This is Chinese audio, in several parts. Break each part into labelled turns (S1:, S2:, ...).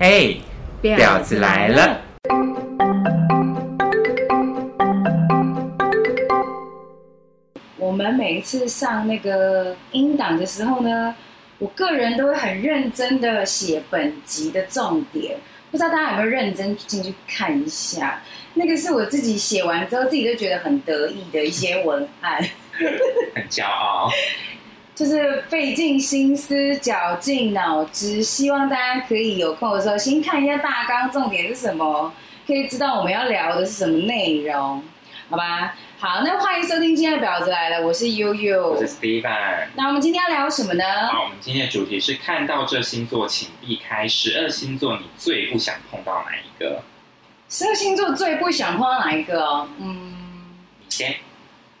S1: 嘿，婊子来了！
S2: 我们每一次上那个音档的时候呢，我个人都会很认真的写本集的重点，不知道大家有没有认真进去看一下？那个是我自己写完之后，自己就觉得很得意的一些文案，
S1: 很骄傲。
S2: 就是费尽心思、绞尽脑汁，希望大家可以有空的时候先看一下大纲，重点是什么，可以知道我们要聊的是什么内容，好吧？好，那欢迎收听今天的婊子来了，我是悠
S1: 我
S2: 悠
S1: 是。Steven。
S2: 那我们今天要聊什么呢？
S1: 好，我们今天的主题是看到这星座，请避开十二星座，你最不想碰到哪一个？
S2: 十二星座最不想碰到哪一个哦？嗯，
S1: 你先。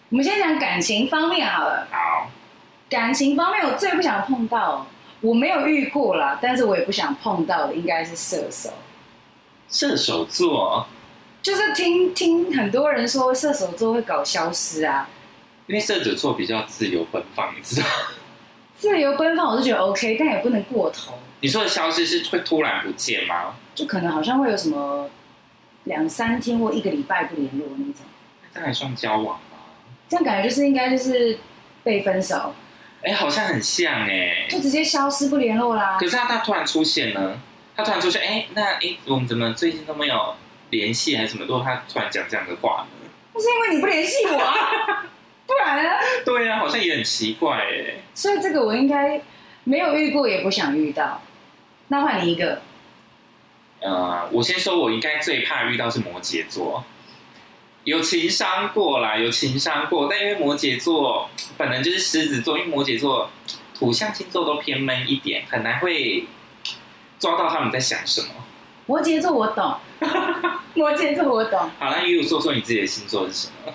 S2: 我们先讲感情方面好了。
S1: 好，
S2: 感情方面，我最不想碰到，我没有遇过啦，但是我也不想碰到的应该是射手。
S1: 射手座，
S2: 就是听听很多人说射手座会搞消失啊，
S1: 因为射手座比较自由奔放，你知道？
S2: 自由奔放我就觉得 OK，但也不能过头，
S1: 你说的消失是会突然不见吗？
S2: 就可能好像会有什么两三天或一个礼拜不联络那种，
S1: 这还算交往啊吗？
S2: 这样感觉就是应该就是被分手，
S1: 哎，好像很像哎、
S2: 就直接消失不联络啦
S1: 可。是他他突然出现呢？他突然出现，哎、那哎、我们怎么最近都没有联系还是什么？如果他突然讲这样的话呢？
S2: 那是因为你不联系我、啊， 不然呢？
S1: 对啊，好像也很奇怪哎、
S2: 所以这个我应该没有遇过，也不想遇到。那换你一个，
S1: 呃，我先说，我应该最怕遇到是摩羯座，有情商过啦，有情商过，但因为摩羯座本来就是狮子座，因为摩羯座土象星座都偏闷一点，很难会抓到他们在想什么。
S2: 摩羯座我 懂，摩羯座我懂。
S1: 好，那悠悠说说你自己的星座是什么？
S2: 嗯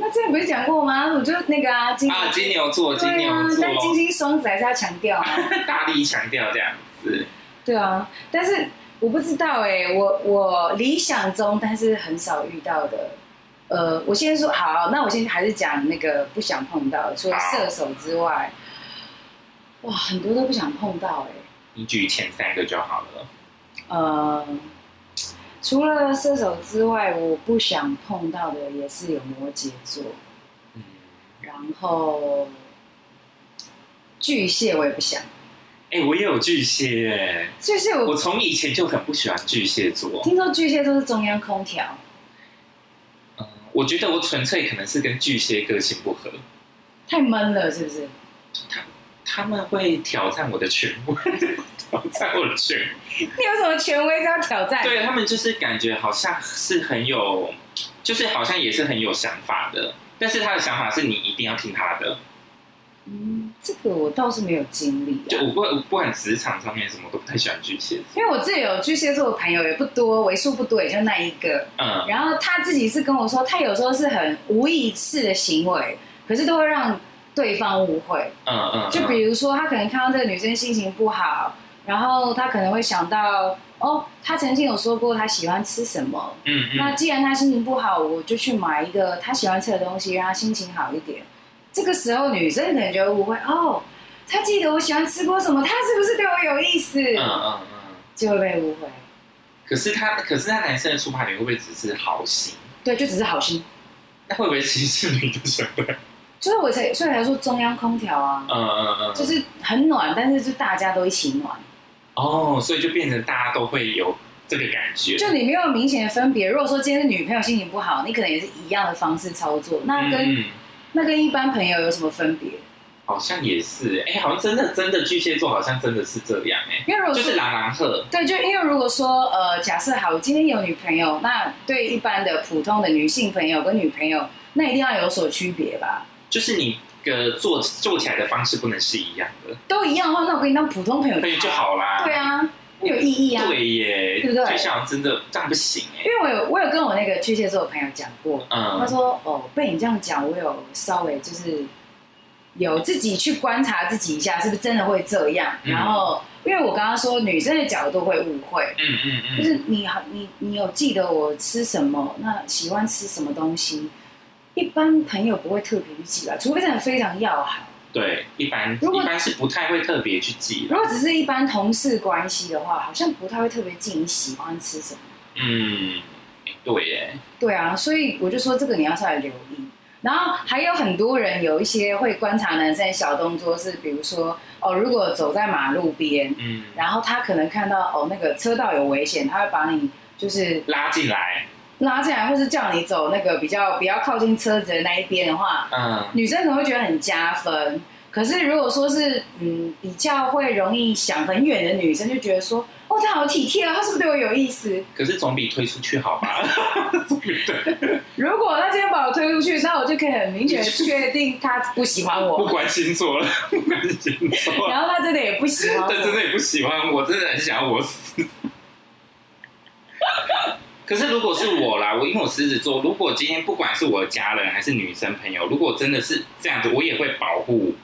S2: 那之前不是讲过吗？我就那个啊，金
S1: 啊，金牛座，金
S2: 对
S1: 牛
S2: 啊，但金
S1: 座，
S2: 星双子还是要强调啊。
S1: 大力强调这样子。
S2: 对啊，但是我不知道哎、我我理想中，但是很少遇到的。呃，我先说好，那我先还是讲那个不想碰到的，除了射手之外，哇，很多都不想碰到哎、
S1: 你举前三个就好了。
S2: 呃，除了射手之外，我不想碰到的也是有摩羯座，
S1: 嗯，
S2: 然后巨蟹我也不想，
S1: 哎、我也有巨蟹、欸，
S2: 巨蟹
S1: 我
S2: 我
S1: 从以前就很不喜欢巨蟹座。
S2: 听说巨蟹座是中央空调，
S1: 嗯，我觉得我纯粹可能是跟巨蟹个性不合，
S2: 太闷了是不 是？
S1: 他们会挑战我的权威， 挑战我的权威。
S2: 你有什么权威是要挑战？
S1: 对他们就是感觉好像是很有，就是好像也是很有想法的，但是他的想法是你一定要听他的。
S2: 嗯，这个我倒是没有经历、
S1: 就
S2: 啊，
S1: 我不我不管职场上面什么都不太喜欢巨蟹座。
S2: 因为我自己有巨蟹座的朋友也不多，为数不多，也就那一个。
S1: 嗯，
S2: 然后他自己是跟我说，他有时候是很无意识的行为，可是都会让对方误会。
S1: 嗯嗯，
S2: 就比如说，他可能看到这个女生心情不好，然后他可能会想到，哦，他曾经有说过他喜欢吃什么，
S1: 嗯嗯
S2: 那既然他心情不好，我就去买一个他喜欢吃的东西，让他心情好一点。这个时候，女生可能就会误会哦，他记得我喜欢吃过什么，他是不是对我有意思？
S1: 嗯嗯嗯。
S2: 就会被误会。
S1: 可是他，可是他男生的出发点会不会只是好心？
S2: 对，就只是好心。
S1: 那会不会其实是你的想法？
S2: 就是我才，所以才说中央空调啊
S1: 嗯，嗯嗯。
S2: 就是很暖，但是就大家都一起暖，
S1: 哦，所以就变成大家都会有这个感觉。
S2: 就你没有明显的分别。如果说今天是女朋友心情不好，你可能也是一样的方式操作，那跟、
S1: 嗯嗯
S2: 那跟一般朋友有什么分别？
S1: 好像也是，哎、好像真的真的巨蟹座好像真的是这样、哎，
S2: 因为如果
S1: 就是是朗朗赫，
S2: 对，就因为如果说呃，假设好，我今天有女朋友，那对一般的普通的女性朋友跟女朋友，那一定要有所区别吧？
S1: 就是你的做做起来的方式不能是一样的，
S2: 都一样的话，那我跟你当普通朋友
S1: 所以就。好啦。
S2: 对啊，那有意义啊。
S1: 对耶，
S2: 对不对
S1: 就像真的这样不行哎、
S2: 因为我有我有跟我那个巨蟹座的朋友讲过，他
S1: 嗯，
S2: 说哦，被你这样讲，我有稍微就是有自己去观察自己一下，是不是真的会这样？
S1: 嗯
S2: 然后因为我刚刚说女生的角度会误会，
S1: 嗯嗯
S2: 就
S1: 嗯，
S2: 是你好，你你有记得我吃什么？那喜欢吃什么东西？一般朋友不会特别去记吧，除非真的非常要好。
S1: 对，一般
S2: 如果
S1: 一般是不太会特别去记
S2: 如
S1: 的。
S2: 果只是一般同事关系的话，好像不太会特别记你喜欢吃什么。
S1: 嗯，对耶，
S2: 对啊，所以我就说这个你要稍微留意。然后还有很多人有一些会观察男生的小动作是，比如说哦，如果走在马路边，
S1: 嗯，
S2: 然后他可能看到哦那个车道有危险，他会把你就是
S1: 拉进来，
S2: 拉进来，或是叫你走那个比较比较靠近车子的那一边的话，
S1: 嗯
S2: 女生可能会觉得很加分。可是如果说是嗯比较会容易想很远的女生，就觉得说哦他好体贴哦，他是不是对我有意思？
S1: 可是总比推出去好吧？ 总比对，
S2: 如果他今天把我推出去，那我就可以很明确地确定他不喜欢
S1: 不
S2: 我，
S1: 管星座了， 不管星座了，
S2: 然后他真的也不喜欢
S1: 但
S2: 我。
S1: 真的也不喜欢我，真的很想要我死。 可是如果是我啦，我因为我狮子座，如果今天不管是我的家人还是女生朋友，如果真的是这样子，我也会保护，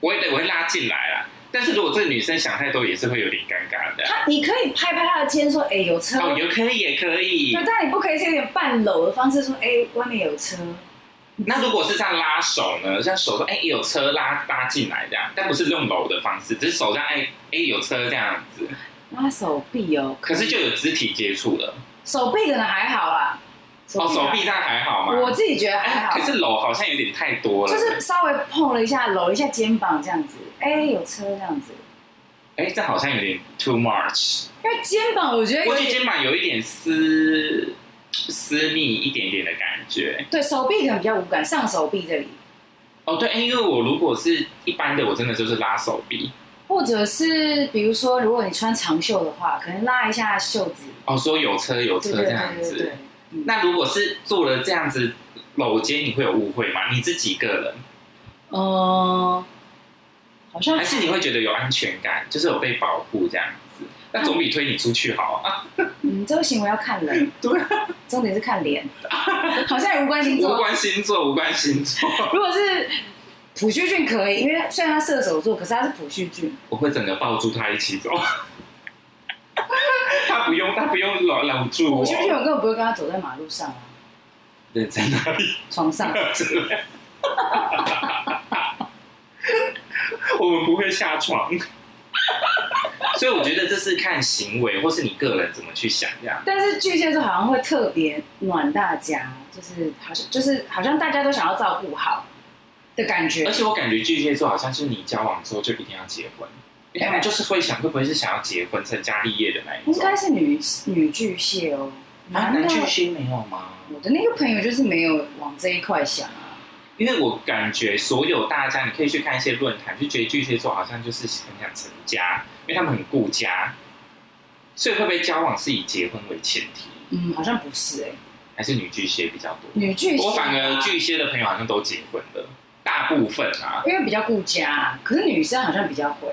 S1: 我也我会拉进来啦。但是如果这个女生想太多，也是会有点尴 尬的。
S2: 他你可以拍拍他的肩说：“哎、有车。
S1: 哦，也可以，也可 以
S2: 对，。但你不可以是有点半搂的方式说：“哎、外面有车。
S1: 那如果是这样拉手呢？像手说，哎、有车拉拉进来这样，但不是用搂的方式，只是手这样，哎、哎、有车这样子。”
S2: 拉手臂哦，
S1: 可是就有肢体接触了。
S2: 手臂可能还好啦。
S1: 哦，手
S2: 还
S1: 臂这样还好吗？
S2: 啊我自己觉得还
S1: 哎，
S2: 好，
S1: 可是搂好像有点太多了。
S2: 就是稍微碰了一下，搂一下肩膀这样子。哎、有车这样子，
S1: 哎、这好像有点 too much。
S2: 因为肩膀我觉得有
S1: 我觉得
S2: 点
S1: 肩膀有一点私私密一点点的感觉。
S2: 对手臂可能比较无感，上手臂这里。
S1: 哦，对，哎因为我如果是一般的，我真的就是拉手臂。
S2: 或者是比如说，如果你穿长袖的话，可能拉一下袖子，
S1: 哦，说有车有车
S2: 对
S1: 这
S2: 对
S1: 样
S2: 对
S1: 子。
S2: 对对。嗯
S1: 那如果是做了这样子搂肩，你会有误会吗？你自己个人，
S2: 呃，好像
S1: 还是你会觉得有安全感，就是有被保护这样子？那总比推你出去好啊！
S2: 嗯，这个行为要看人，
S1: 对啊，
S2: 重点是看 脸，好像也无关星
S1: 无
S2: 座。
S1: 关星座，无关星座，
S2: 如果是普旭俊可以，因为虽然他射手座，可是他是普旭俊，
S1: 我会整个抱住他一起走。 他不用，他不用搂搂住
S2: 普
S1: 我。
S2: 旭俊我根本不会跟他走在马路上啊，
S1: 对，在哪里
S2: 床 上。
S1: 之类的。我们不会下床，所以我觉得这是看行为或是你个人怎么去想这样。
S2: 但是巨蟹座好像会特别暖大家，就是好像就是好像大家都想要照顾好的感觉
S1: 而。且我感觉巨蟹座好像是你交往之后就一定要结婚，因为他们就是会想会不会是想要结婚成家立业的那一
S2: 应
S1: 种。
S2: 该是女女巨蟹哦，
S1: 啊，
S2: 男
S1: 男
S2: 的。
S1: 巨蟹没有吗？
S2: 我的那个朋友就是没有往这一块想啊，
S1: 因为我感觉所有大家，你可以去看一些论坛，就觉得巨蟹座好像就是很想成家，因为他们很顾家，所以会不会交往是以结婚为前提，
S2: 嗯，好像不是哎、
S1: 还是女巨蟹比较多？
S2: 女巨蟹、
S1: 我反而，巨蟹的朋友好像都结婚了，大部分啊，
S2: 因为比较顾家、啊可是女生好像比较会。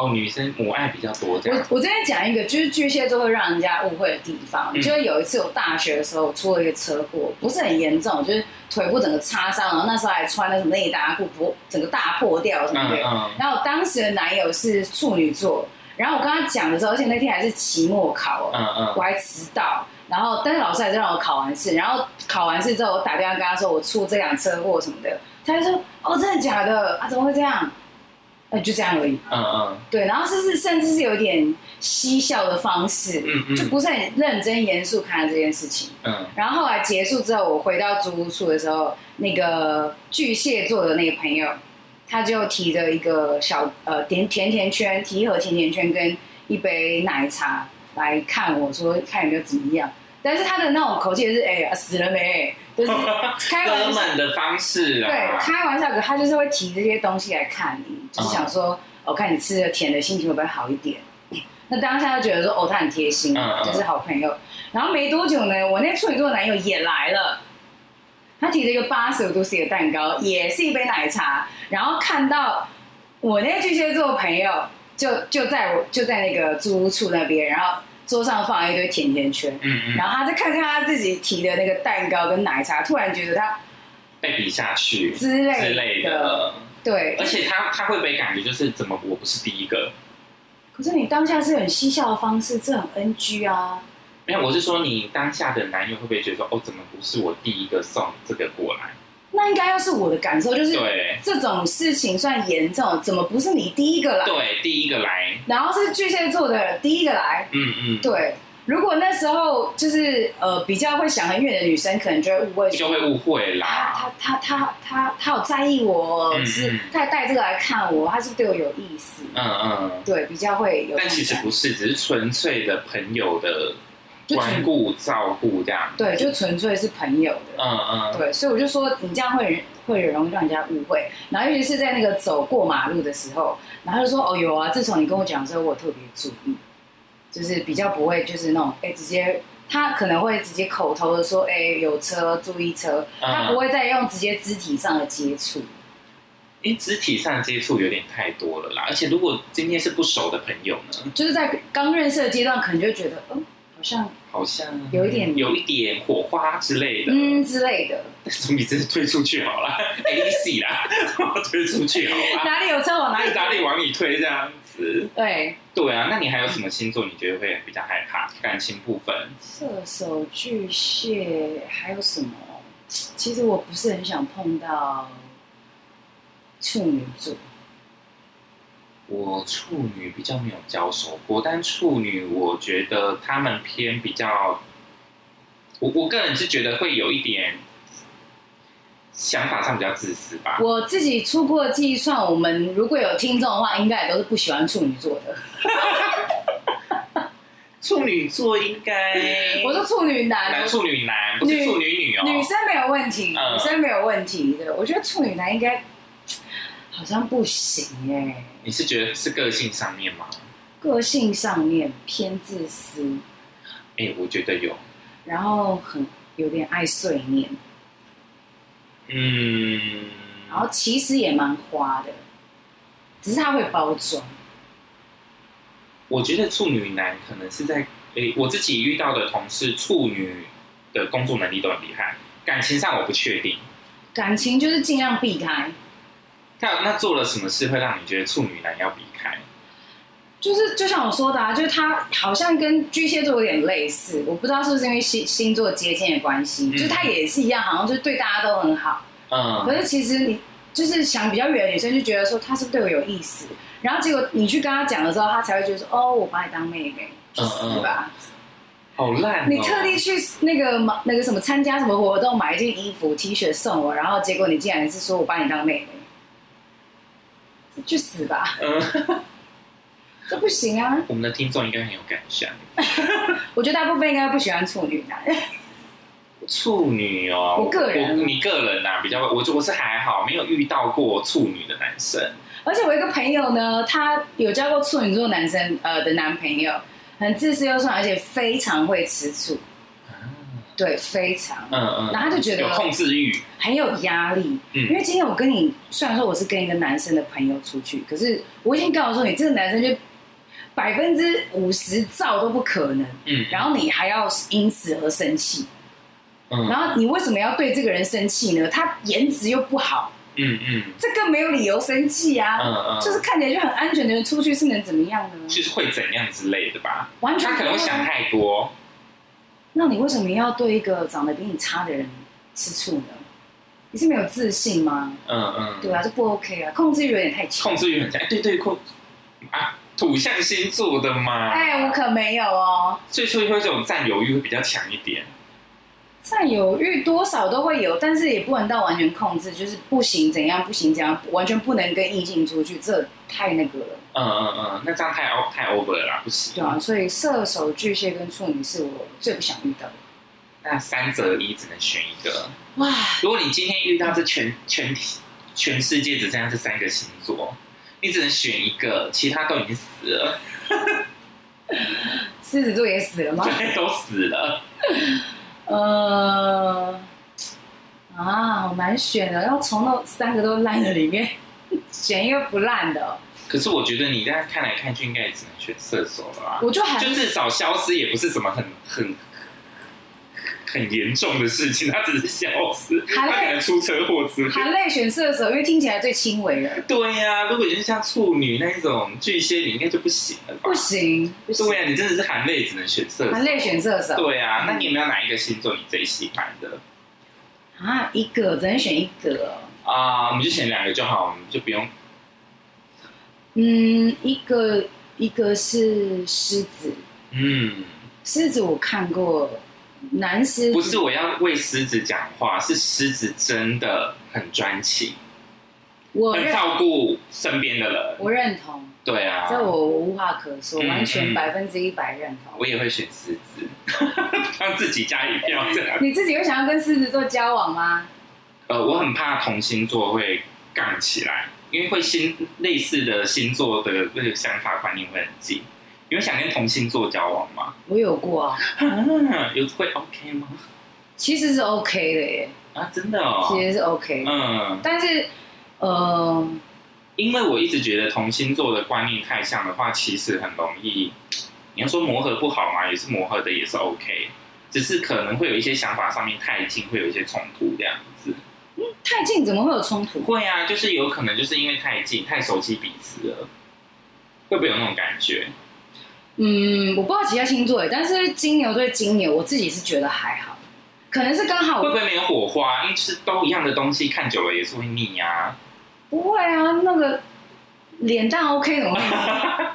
S1: 哦，女生母爱比较多这
S2: 我
S1: 样。
S2: 我这边讲一个，就是巨蟹座会让人家误会的地方，
S1: 嗯
S2: 就是有一次我大学的时候，我出了一个车祸，不是很严重，就是腿部整个擦伤，然后那时候还穿那种内搭裤，不整个大破掉什么
S1: 嗯
S2: 的。
S1: 嗯，
S2: 然后我当时的男友是处女座，然后我跟他讲的时候，而且那天还是期末考哦，
S1: 嗯嗯
S2: 我还迟到，然后但是老师还是让我考完试，然后考完试之后，我打电话跟他说我出这辆车祸什么的，他就说哦真的假的啊怎么会这样？呃就这样而已，
S1: 嗯嗯
S2: 对，然后甚至甚至是有点嬉笑的方式，
S1: 嗯
S2: 就
S1: 嗯
S2: 不是很认真严肃看待这件事情。
S1: 嗯，
S2: 然后后来结束之后，我回到租屋处的时候，那个巨蟹座的那个朋友，他就提着一个小呃甜甜甜圈，提一盒甜甜圈跟一杯奶茶来看我说看有没有怎么样。但是他的那种口气也是哎、啊死了没，就是开
S1: 哥
S2: 玩笑，
S1: 们的方式
S2: 对，
S1: 啊，
S2: 开玩笑，可他就是会提这些东西来看你，就是想
S1: 嗯
S2: 说，我、看你吃了甜的心情会不会好一点。那当下就觉得说，哦，他很贴心，
S1: 嗯嗯
S2: 就是好朋友。然后没多久呢，我那处女座的男友也来了，他提着一个八十五度 C 的蛋糕，也是一杯奶茶，然后看到我那巨蟹座的朋友就就在我就在那个租屋处那边，然后桌上放了一堆甜甜圈，
S1: 嗯嗯，
S2: 然后他再看看他自己提的那个蛋糕跟奶茶，突然觉得他
S1: 被比下去
S2: 之类
S1: 之类的。
S2: 对，
S1: 而且他他会不会感觉就是怎么我不是第一个？
S2: 可是你当下是很嬉笑的方式，这很 NG 啊。
S1: 没有，我是说你当下的男友会不会觉得说哦，怎么不是我第一个送这个过来？
S2: 那应该要是我的感受就是
S1: 对
S2: 这种事情算严重，怎么不是你第一个来？
S1: 对，第一个来，
S2: 然后是巨蟹座的人第一个来，
S1: 嗯嗯，
S2: 对。如果那时候就是呃比较会想很远的女生，可能就会误会
S1: 就
S2: 说
S1: 会误会啦。
S2: 啊，他他他他他有在意我，
S1: 嗯
S2: 是
S1: 嗯
S2: 他带这个来看我，他是不是对我有意思？
S1: 嗯嗯，
S2: 对，比较会有这种感觉。
S1: 但其实不是，只是纯粹的朋友的
S2: 就
S1: 关
S2: 纯
S1: 顾照顾这样。
S2: 对，就纯粹是朋友的。
S1: 嗯嗯，
S2: 对，所以我就说你这样会会容易让人家误会，然后尤其是在那个走过马路的时候，然后他就说哦有啊，自从你跟我讲之后，我特别注意，就是比较不会就是那种哎、直接他可能会直接口头的说哎、有车注意车，
S1: 嗯
S2: 他不会再用直接肢体上的接触，
S1: 因为肢体上的接触有点太多了啦。而且如果今天是不熟的朋友呢，
S2: 就是在刚认识的阶段，可能就觉得嗯好像
S1: 好像
S2: 有一点
S1: 有一点火花之类的。
S2: 嗯之类的，
S1: 总比真的推出去好啦 a C 啦， 推出去好啦，
S2: 哪里有车往哪里
S1: 哪
S2: 打，
S1: 里往里推这样子。
S2: 对，
S1: 对啊，那你还有什么星座你觉得会比较害怕？感情部分，
S2: 射手、巨蟹还有什么？其实我不是很想碰到处女座，
S1: 我处女比较没有交手过，但处女我觉得他们偏比较，我我个人是觉得会有一点想法上比较自私吧。
S2: 我自己出过计算，我们如果有听众的话，应该也都是不喜欢处女座的。
S1: 处女座应该，
S2: 我说处女男，
S1: 男
S2: 我
S1: 处女男，不是
S2: 女
S1: 处女女哦，
S2: 女生没有问题，
S1: 嗯
S2: 女生没有问题的。我觉得处女男应该好像不行哎、
S1: 你是觉得是个性上面吗？
S2: 个性上面偏自私，
S1: 哎、我觉得有，
S2: 然后很有点爱碎念，
S1: 嗯，
S2: 然后其实也蛮花的，只是他会包装。
S1: 我觉得处女男可能是在诶、我自己遇到的同事，处女的工作能力都很厉害，感情上我不确定。
S2: 感情就是尽量避开，
S1: 那那做了什么事会让你觉得处女男要避开？
S2: 就是就像我说的啊，就是他好像跟巨蟹座有点类似，我不知道是不是因为星星座接近的关系，
S1: 嗯
S2: 就是他也是一样，好像就是对大家都很好，
S1: 嗯
S2: 可是其实你就是想比较远的女生就觉得说他是不是对我有意思，然后结果你去跟他讲的时候，他才会觉得说哦，我把你当妹妹，去
S1: 嗯
S2: 死吧！
S1: 好烂、哦！
S2: 你特地去那个买那个什么参加什么活动买一件衣服 T 恤送我，然后结果你竟然是说我把你当妹妹，去死吧！
S1: 嗯，
S2: 这不行啊！
S1: 我们的听众应该很有感想。
S2: 我觉得大部分应该不喜欢处女男，
S1: 处女哦，
S2: 我个人
S1: 我你个人啊呐、比较，我就我是还好，没有遇到过处女的男生。
S2: 而且我有一个朋友呢，他有交过处女座男生呃的男朋友，很自私又算，而且非常会吃醋，对，非常
S1: 嗯嗯，
S2: 然后他就觉得
S1: 有控制欲，
S2: 很有压力。
S1: 嗯
S2: 因为今天我跟你，虽然说我是跟一个男生的朋友出去，可是我已经告诉你，这个男生就百分之五十兆都不可能，
S1: 嗯，
S2: 然后你还要因此而生气，
S1: 嗯
S2: 然后你为什么要对这个人生气呢？他颜值又不好，
S1: 嗯嗯
S2: 这更没有理由生气啊。
S1: 嗯嗯，
S2: 就是看起来就很安全的人出去是能怎么样呢？
S1: 就是会怎样之类的吧。
S2: 完全
S1: 他可能会想
S2: 不一样啊。
S1: 太多，
S2: 那你为什么要对一个长得比你差的人吃醋呢？你是没有自信吗？
S1: 嗯嗯，
S2: 对啊，这不 OK 啊，控制欲有点太强
S1: 控。制欲很强。哎对对，控啊，土象星座的嘛，
S2: 哎，我可没有哦，
S1: 所以说会这种占有欲会比较强一点。
S2: 占有欲多少都会有，但是也不能到完全控制，就是不行怎样，不行怎样，完全不能跟异性出去，这太那个了，
S1: 嗯嗯嗯，那这样太 o 太 over 了啦，不行。
S2: 对啊，所以射手、巨蟹跟处女是我最不想遇到的。
S1: 那三择一只能选一个。
S2: 哇，
S1: 如果你今天遇到这全全体全世界只剩下这三个星座，你只能选一个，其他都已经死了，
S2: 狮子座也死了吗？
S1: 对， 都死了。
S2: 呃，啊，好难选的，要从那三个都烂的里面 选一个不烂的哦，
S1: 可是我觉得你这样看来看去，应该也只能选射手了啊吧？
S2: 我就 还
S1: 就至少消失也不是什么很很很严重的事情，他只是消失，
S2: 含
S1: 他
S2: 泪
S1: 可能出车祸之类。
S2: 含泪选射手，因为听起来最轻微了，
S1: 对呀、如果你是像处女那一种巨蟹，你应该就不行了吧
S2: 不？行，不行，
S1: 对呀、你真的是含泪只能选射手。
S2: 含泪选射手，
S1: 对呀、那你有没有哪一个星座你最喜欢的？
S2: 啊，一个只能选一个哦、
S1: 啊、我们就选两个就好，我们就不用
S2: 嗯，一个一个是狮子，
S1: 嗯。
S2: 狮子我看过，男狮子
S1: 不是我要为狮子讲话，是狮子真的很专情，
S2: 我
S1: 很
S2: 认
S1: 照顾身边的人。
S2: 我认同，
S1: 对啊，
S2: 这我无话可说，
S1: 嗯
S2: 完全
S1: 嗯
S2: 百分之一百认同。
S1: 我也会选狮 子，让自己加一票这样。
S2: 你自己会想要跟狮子座交往吗？
S1: 呃，我很怕同星座会杠起来，因为会星类似的星座的那个想法观念会很近。你会想跟同星座交往吗？
S2: 我有过啊，
S1: 啊、 有会 OK 吗？
S2: 其实是 OK 的耶，
S1: 啊，真的哦。
S2: 其实是 OK，的、
S1: 嗯，
S2: 但是呃，
S1: 因为我一直觉得同星座的观念太像的话，其实很容易，你要说磨合不好嘛，也是磨合的，也是 OK，只是可能会有一些想法上面太近，会有一些冲突这样子。
S2: 太近怎么会有冲突？
S1: 会啊，就是有可能就是因为太近，太熟悉彼此了，会不会有那种感觉？
S2: 嗯，我不知道其他星座耶，但是金牛对金牛，我自己是觉得还好，可能是刚好
S1: 会
S2: 我
S1: 不会没有火花？因为就是都一样的东西，看久了也是会腻呀、
S2: 不会啊，那个脸蛋 OK 怎么会？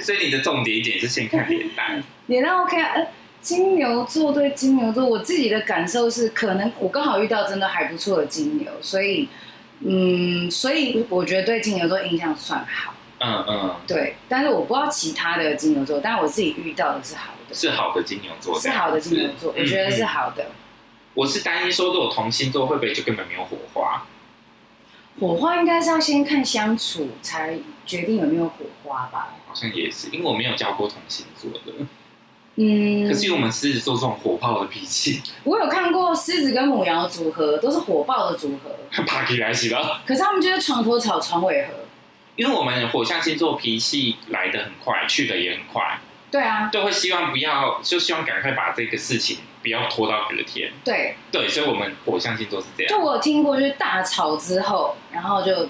S1: 所以你的重点一点是先看脸 蛋，
S2: 脸蛋 OK 啊？呃，金牛座对金牛座，我自己的感受是，可能我刚好遇到真的还不错的金牛，所以嗯，所以我觉得对金牛座印象算好，
S1: 嗯嗯，
S2: 对。但是我不知道其他的金牛座，但我自己遇到的是好的，
S1: 是好的金牛座这
S2: 是
S1: 样子，
S2: 好的金牛座，我觉得是
S1: 嗯。嗯
S2: 好的。
S1: 我是担心说，如果同星座会不会就根本没有火花？
S2: 火花应该是要先看相处才决定有没有火花吧。
S1: 好像也是，因为我没有交过同星座的，
S2: 嗯，
S1: 可是因为我们狮子座这种火爆的脾气，
S2: 我有看过狮子跟母羊的组合，都是火爆的组合，
S1: 爬起来起了。
S2: 可是他们就是床头吵床尾和。
S1: 因为我们火象星座脾气来的很快，去的也很快，
S2: 对啊，
S1: 都会希望不要，就希望赶快把这个事情不要拖到隔天。
S2: 对，
S1: 对，所以我们火象星座是这样。
S2: 就我有听过，就是大吵之后，然后就，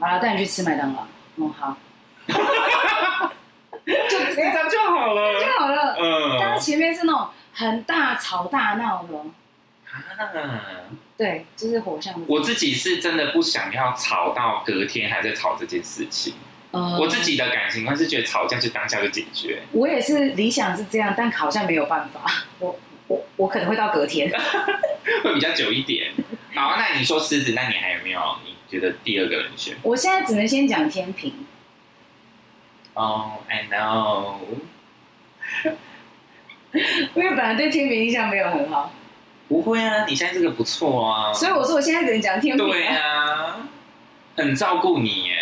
S2: 好了，带你去吃麦当劳。嗯，好， 就直接
S1: 样就好了。
S2: 就好了。但
S1: 嗯
S2: 是前面是那种很大吵大闹的哦，
S1: 啊，
S2: 对，就是火象。
S1: 我自己是真的不想要吵到隔天还在吵这件事情。
S2: 呃
S1: 我自己的感情观是觉得吵架就当下就解决，
S2: 我也是理想是这样，但好像没有办法。我我我可能会到隔 天。
S1: 会比较久一点。嗯好，那你说狮子，那你还有没有你觉得第二个人选？
S2: 我现在只能先讲天平，
S1: 哦、i know，
S2: 因为本来对天平印象没有很好，
S1: 不会啊，你现在这个不错啊。
S2: 所以我说我现在只能讲天平。
S1: 对啊，很照顾你耶。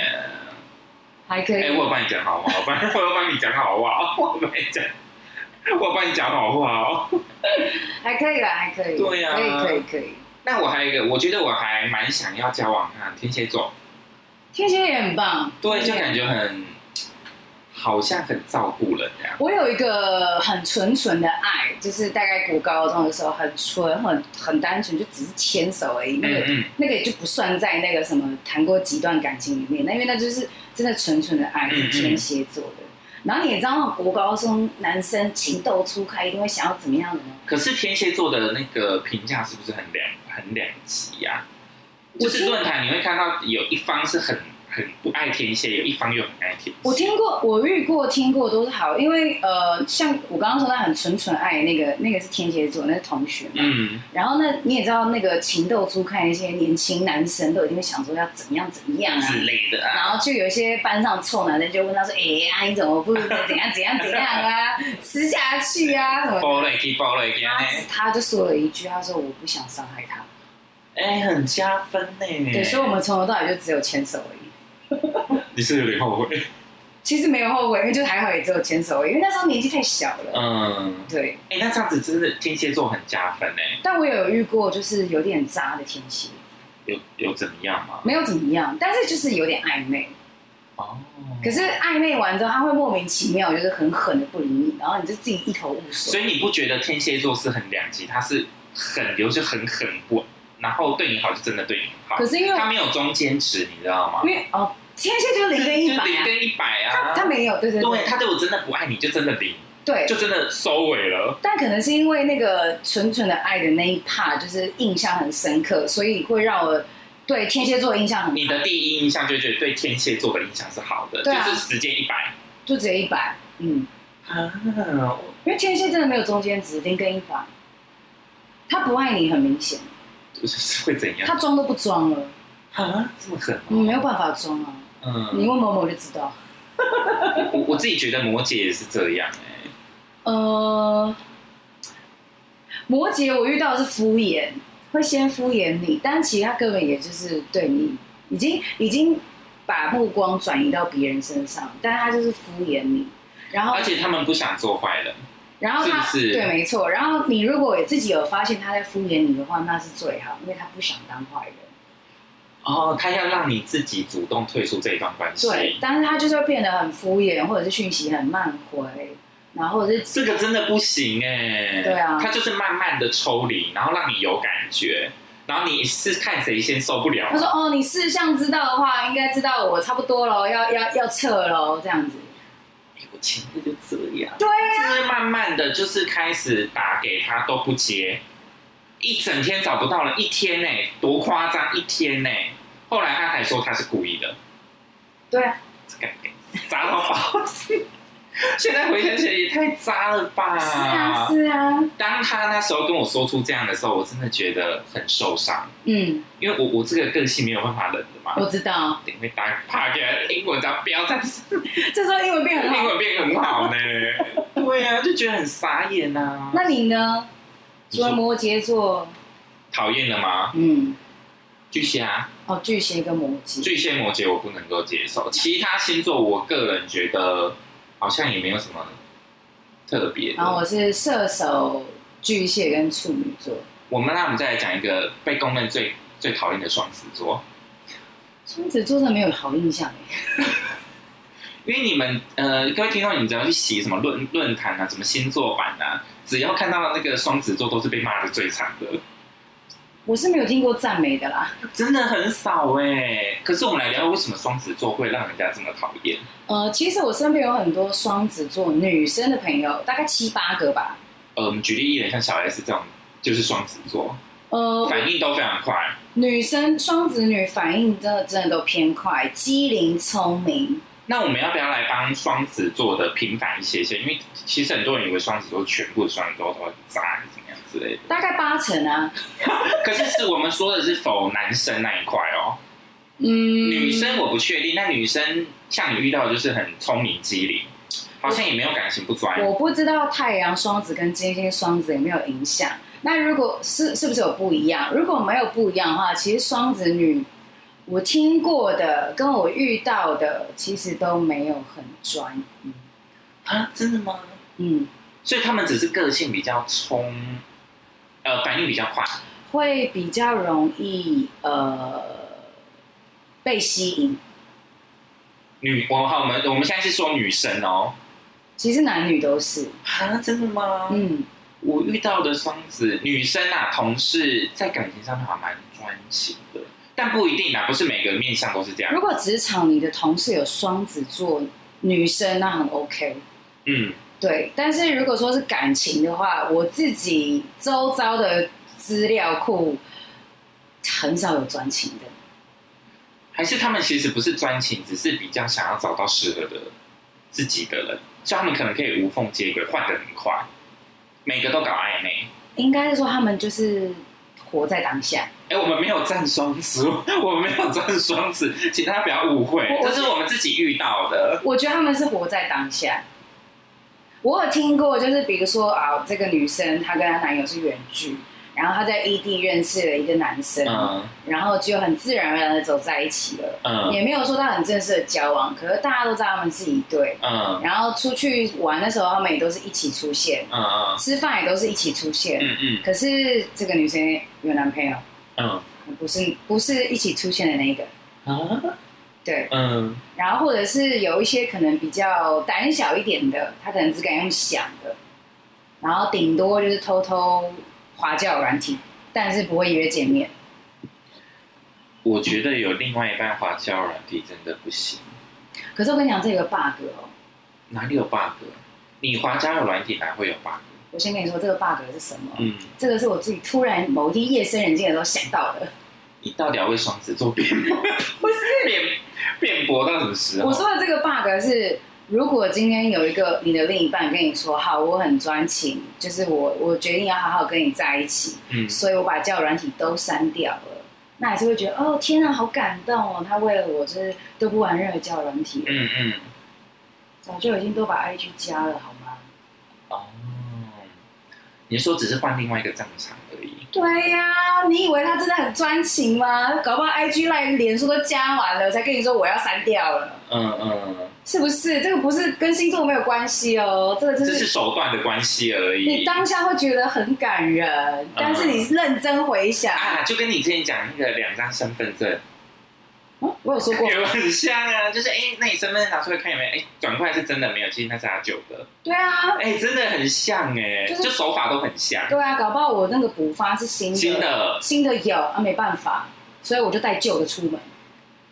S2: 还可
S1: 哎、
S2: 以。
S1: 我有帮你讲好话，我 帮，我有帮你讲好话， 我有帮你讲，我有帮你讲好话 哦。
S2: 还可以啦，还可以。
S1: 对啊
S2: 可以可以可以。
S1: 那我还有一个，我觉得我还蛮想要交往看天蝎座，
S2: 天蝎也很棒。
S1: 对，就感觉很，好像很照顾人这样。
S2: 我有一个很纯纯的爱，就是大概国高中的时候，很纯、很很单纯，就只是牵手而已。那个、
S1: 嗯嗯
S2: 那个也就不算在那个什么谈过几段感情里面，那因为那就是真的纯纯的爱，
S1: 嗯嗯
S2: 是天蝎座的。然后你也知道，国高中男生情窦初开，一定会想要怎么样的呢？
S1: 可是天蝎座的那个评价是不是很两很两极呀、就
S2: 我觉
S1: 是
S2: 得
S1: 论坛你会看到有一方是很很不爱天蝎，有一方又很爱天蝎。
S2: 我听过，我遇过，听过都是好，因为呃，像我刚刚说那很纯纯爱那个，那个是天蝎座，那是同学嘛。
S1: 嗯，
S2: 然后呢，你也知道那个情窦初开，一些年轻男生都一定会想说要怎么样怎么样啊，
S1: 之类的
S2: 然
S1: 啊。
S2: 后就有一些班上臭男生就问他说：“哎、啊，你怎么不怎样怎样怎样啊，吃下去啊什么的
S1: 包了给包了给，
S2: 他他就说了一句：“他说我不想伤害他。
S1: 哎，很加分呢。
S2: 对，所以我们从头到尾就只有牵手而已。
S1: 你是有点后悔。
S2: 其实没有后悔，因为就还好也只有牵手而已，因为那时候年纪太小了。
S1: 嗯，
S2: 对，
S1: 哎，那这样子真的天蝎座很加分呢。哎
S2: 但我也有遇过就是有点渣的天蝎，
S1: 有有怎么样吗？
S2: 没有怎么样，但是就是有点暧昧。
S1: 哦，
S2: 可是暧昧完之后，他会莫名其妙就是很狠的不理你，然后你就自己一头雾
S1: 所
S2: 水。
S1: 以你不觉得天蝎座是很两极？他是很有时候很狠不，然后对你好就真的对你好
S2: 可。是因为
S1: 他没有中间值，你知道吗
S2: 因？为哦，天蝎就是零跟一百
S1: 就是零
S2: 啊，
S1: 跟一百
S2: 他
S1: 啊，
S2: 他没有，对对
S1: 对他对我真的不爱你就真的零，
S2: 对，
S1: 就真的收尾了。
S2: 但可能是因为那个纯纯的爱的那一 part 就是印象很深刻，所以会让我对天蝎座的印象很
S1: 你的第一印象就觉得对天蝎座的印象是好的，
S2: 对啊
S1: 就是时间一百
S2: 就只有一百，嗯，
S1: 啊，我
S2: 因为天蝎真的没有中间值，零跟一百，他不爱你很明显，
S1: 就是会怎样
S2: 他装都不装了，
S1: 啊？这么狠哦、
S2: 你没有办法装啊，你
S1: 嗯，
S2: 问某某就知道。
S1: 我我自己觉得摩羯也是这样哎、
S2: 呃，摩羯我遇到的是敷衍，会先敷衍你，但其实他根本也就是对你已经已经把目光转移到别人身上，但他就是敷衍你。然后
S1: 而，且他们不想做坏人，
S2: 然后他
S1: 是不是
S2: 对，没错。然后你如果自己有发现他在敷衍你的话，那是最好，因为他不想当坏人。
S1: 哦，他要让你自己主动退出这一段关系。
S2: 对，但是他就是会变得很敷衍，或者是讯息很慢回，然后或者
S1: 这
S2: 是
S1: 个真的不行哎、
S2: 对啊
S1: 他就是慢慢的抽离，然后让你有感觉，然后你是看谁先受不了。
S2: 他说：“哦，你事项知道的话，应该知道我差不多咯，要要要撤咯，这样子。
S1: 哎我前夫就这样，
S2: 对啊
S1: 呀、就是慢慢的就是开始打给他都不接，一整天找不到了，一天呢、多夸张，一天呢、后来他还说他是故意的，
S2: 对 啊，
S1: 干 砸到爆。 现在回想起来也太渣了吧！
S2: 是啊，是啊，
S1: 当他那时候跟我说出这样的时候，我真的觉得很受伤，
S2: 嗯，
S1: 因为我我这个个性没有办法忍的嘛，
S2: 我知道。
S1: 因为打怕给他英文章标，但是
S2: 这时候英文变很
S1: 英
S2: 好，
S1: 文变很好呢。 对啊，就觉得很傻眼呐、啊。
S2: 那你呢？除了摩羯座，
S1: 讨厌了吗？
S2: 嗯，
S1: 巨蟹啊，
S2: 哦，巨蟹跟摩羯，
S1: 巨蟹、摩羯我不能够接受，其他星座我个人觉得好像也没有什么特别
S2: 然后
S1: 的。
S2: 我是射手、巨蟹跟处女座。
S1: 我们那我们再来讲一个被公认最最讨厌的双子座，
S2: 双子座真的没有好印象哎，
S1: 因为你们呃，各位听众，你们只要去洗什么论论坛啊，什么星座版啊，只要看到那个双子座，都是被骂的最惨的。
S2: 我是没有听过赞美的啦。
S1: 真的很少哎、可是我们来聊聊为什么双子座会让人家这么讨厌。
S2: 呃，其实我身边有很多双子座女生的朋友，大概七八个吧。
S1: 呃，我们举例艺人像小 S 这种，就是双子座，
S2: 呃，
S1: 反应都非常快。
S2: 女生双子女反应真的真的都偏快，机灵聪明。
S1: 那我们要不要来帮双子座的平反一些些？因为其实很多人以为双子座全部的双子座都很渣，怎么样之类的。
S2: 大概八成啊，
S1: 可是是我们说的是否男生那一块哦，
S2: 嗯，
S1: 女生我不确定。但女生像你遇到的就是很聪明机灵，好像也没有感情不专。
S2: 我不知道太阳双子跟金星双子有没有影响。那如果是是不是有不一样？如果没有不一样的话，其实双子女我听过的跟我遇到的其实都没有很专一，
S1: 啊，真的吗？
S2: 嗯，
S1: 所以他们只是个性比较冲，呃，反应比较快。
S2: 会比较容易呃被吸引。
S1: 女，我好，我们我们现在是说女生哦。
S2: 其实男女都是，
S1: 啊，真的吗
S2: 嗯。
S1: 我遇到的双子女生啊，同事在感情上还蛮专情的，但不一定啊啦，不是每个面相都是这样
S2: 如。果职场你的同事有双子座女生，那很 OK。
S1: 嗯，
S2: 对，但是如果说是感情的话，我自己周遭的资料库很少有专情的。
S1: 还是他们其实不是专情，只是比较想要找到适合的自己的人，所以他们可能可以无缝接轨，换的很快，每个都搞暧昧。
S2: 应该是说他们就是活在当下。
S1: 哎、我们没有站双子，我们没有站双子，请大家不要误会
S2: 我，我
S1: 这是我们自己遇到的。
S2: 我觉得他们是活在当下。我有听过，就是比如说啊，这个女生她跟她男友是远距，然后她在异地认识了一个男生，
S1: 嗯
S2: 然后就很自然而然的走在一起了。
S1: 嗯
S2: 也没有说到很正式的交往，可是大家都知道他们是一对。
S1: 嗯
S2: 然后出去玩的时候，他们也都是一起出现，
S1: 嗯嗯
S2: 吃饭也都是一起出现。
S1: 嗯嗯
S2: 可是这个女生有男朋友，
S1: 嗯
S2: 不是不是一起出现的那一个。
S1: 啊
S2: 对，
S1: 嗯
S2: 然后或者是有一些可能比较胆小一点的，他可能只敢用想的，然后顶多就是偷偷滑教软体，但是不会约见面。
S1: 我觉得有另外一半滑交友软体真的不行，
S2: 可是我跟你讲，这有个 bug 哦，
S1: 哪里有 bug？你滑交友软体哪会有 bug？
S2: 我先跟你说这个 bug 是什么，
S1: 嗯，
S2: 这个是我自己突然某一天夜深人静的时候想到的。
S1: 你到底要为双子座辩驳？ 不是辩辩驳到什么时候？
S2: 我说的这个 bug 是，如果今天有一个你的另一半跟你说，好，我很专情，就是我我决定要好好跟你在一起，
S1: 嗯，
S2: 所以我把交友软体都删掉了。那还是会觉得哦，天啊，好感动哦！他为了我，就是都不玩任何交友软体了，
S1: 嗯嗯，
S2: 早就已经都把 IG 加了，好吗？
S1: 哦，你说只是换另外一个战场而已。
S2: 对呀、你以为他真的很专情吗？搞不好 IG 赖脸书都加完了，才跟你说我要删掉了，
S1: 嗯嗯，
S2: 是不是？这个不是跟星座没有关系哦，这个就
S1: 这
S2: 是
S1: 是手段的关系而已。
S2: 你当下会觉得很感人，但是你认真回想，
S1: 嗯啊，就跟你之前讲那个两张身份证
S2: 嗯我有说 过，
S1: 有很像啊，就是哎、那你身份证拿出来看有没有？哎、转过来是真的没有，其实那是他旧的。
S2: 对啊，
S1: 哎、真的很像哎、
S2: 就是
S1: 就手法都很像，
S2: 对啊，搞不好我那个补发是新的，
S1: 新的
S2: 新的有啊，没办法，所以我就带旧的出门。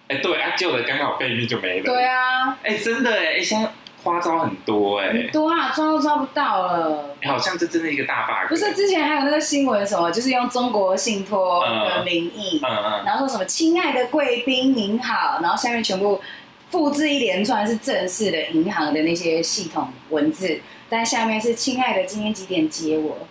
S1: 哎、对啊，旧的刚好背面就没了。
S2: 对啊，
S1: 哎、真的哎、哎现在花招很多哎、
S2: 很多啊，抓都抓不到了。
S1: 哎好像这真的一个大 bug。
S2: 不是，之前还有那个新闻什么，就是用中国信托的名义，
S1: 嗯嗯，
S2: 然后说什么“亲爱的贵宾您好”，然后下面全部复制一连串是正式的银行的那些系统文字，但下面是“亲爱的今天几点接我”。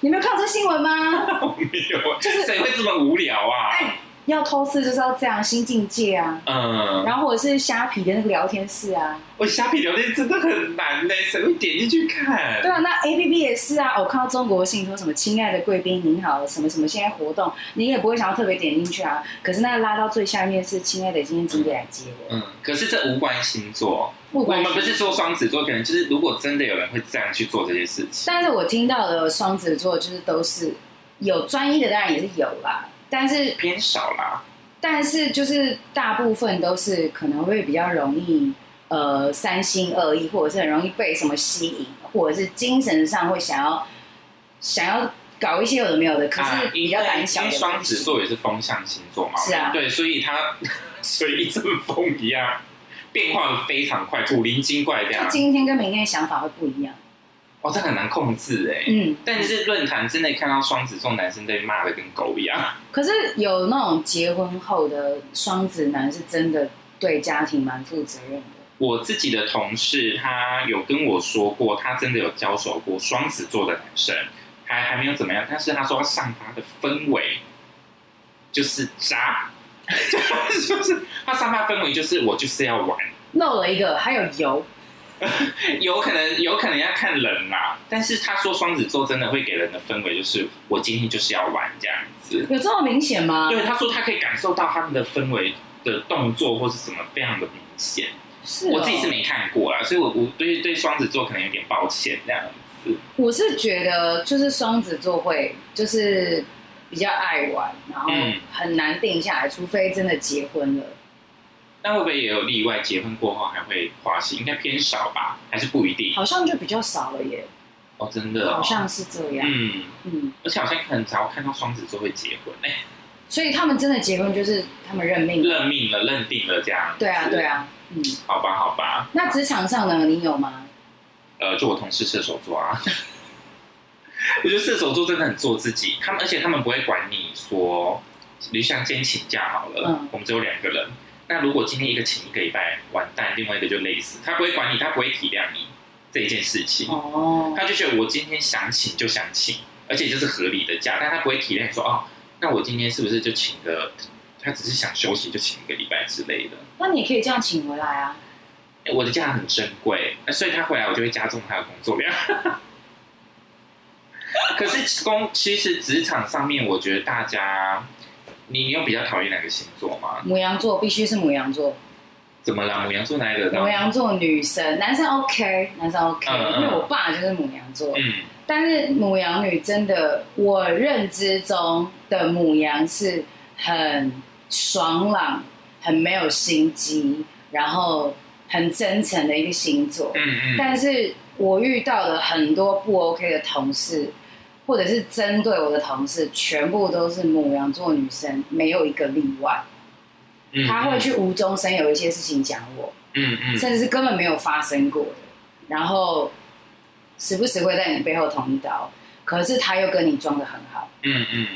S2: 你没有看到这新闻吗？
S1: 我 没有，啊
S2: 就是
S1: 谁会这么无聊啊？
S2: 哎，要偷吃就是要这样新境界啊！
S1: 嗯，
S2: 然后或者是虾皮的那个聊天室啊，
S1: 我虾皮聊天真的很难呢、谁会点进去看？
S2: 对啊，那 A P P 也是啊。我看到中国信托什么“亲爱的贵宾您好”什么什么现在活动，你也不会想要特别点进去啊。可是那拉到最下面是“亲爱的今天几点来接我
S1: 嗯，可是这无关星座，”，
S2: 不
S1: 我
S2: 管
S1: 们不是说双子座，可能就是如果真的有人会这样去做这些事情，
S2: 但是我听到的双子座就是都是有专一的，当然也是有啦，但是
S1: 偏少啦。
S2: 但是就是大部分都是可能会比较容易呃三心二意，或者是很容易被什么吸引，或者是精神上会想要想要搞一些有的没有的，可
S1: 啊
S2: 是比较胆小
S1: 因
S2: 的
S1: 为
S2: 东西、
S1: 双子座也是风象星座嘛，
S2: 是啊
S1: 对，所以它随一阵风一样，变化的非常快，古灵精怪这样
S2: 就。今天跟明天的想法会不一样。
S1: 哦，这很难控制哎、
S2: 嗯，
S1: 但是论坛真的看到双子座男生被骂的跟狗一样，
S2: 可是有那种结婚后的双子男是真的对家庭蛮负责任的。
S1: 我自己的同事他有跟我说过，他真的有交手过双子座的男生，还还没有怎么样，但是他说他散发的氛围就是渣， 就是他散发氛围就是我就是要玩，
S2: 漏了一个，还有油，
S1: 有可能有可能要看人啦，但是他说双子座真的会给人的氛围就是我今天就是要玩这样子，
S2: 有这么明显吗？
S1: 对，他说他可以感受到他们的氛围的动作或是什么非常的明显。
S2: 是哦、
S1: 我自己是没看过啦，所以我我对对双子座可能有点抱歉这样子。
S2: 我是觉得就是双子座会就是比较爱玩，然后
S1: 嗯
S2: 很难定下来，除非真的结婚了。
S1: 那会不会也有例外？结婚过后还会花心，应该偏少吧？还是不一定？
S2: 好像就比较少了耶，
S1: 哦，真的、哦，
S2: 好像是这样。
S1: 嗯，
S2: 嗯，
S1: 而且好像很少看到双子座会结婚，哎、
S2: 所以他们真的结婚就是他们认命。
S1: 认命了，认定了这样。
S2: 对啊，对，啊，嗯。
S1: 好吧，好吧。
S2: 那职场上呢，你有吗？
S1: 呃，就我同事射手座啊， 我觉得射手座真的很做自己，他们而且他们不会管你说，比如像今天请假好了，
S2: 嗯
S1: 我们只有两个人，那如果今天一个请一个礼拜，完蛋，另外一个就累死，他不会管你，他不会体谅你这一件事情，
S2: 哦，
S1: 他就觉得我今天想请就想请，而且就是合理的假，但他不会体谅说哦，那我今天是不是就请个，他只是想休息就请一个礼拜之类的。
S2: 那你也可以这样请回来啊。
S1: 欸我的假很珍贵，呃所以他回来我就会加重他的工作量。 可是工其实职场上面，我觉得大家，你你有比较讨厌哪个星座吗？
S2: 母羊座必须是母羊座，
S1: 怎么啦？母羊座哪里惹到
S2: 母
S1: 你？
S2: 羊座女生，男生 OK，男生 OK，、
S1: 嗯嗯
S2: 因为我爸就是母羊座，
S1: 嗯
S2: 但是母羊女真的，我认知中的母羊是很爽朗、很没有心机，然后很真诚的一个星座。
S1: 嗯嗯，
S2: 但是我遇到的很多不 OK 的同事，或者是针对我的同事，全部都是母羊座女生，没有一个例外。
S1: 嗯
S2: 她会，去无中生有一些事情讲我，
S1: 嗯嗯嗯
S2: 甚至是根本没有发生过的。然后时不时会在你背后捅一刀，可是他又跟你装的很好。
S1: 嗯嗯，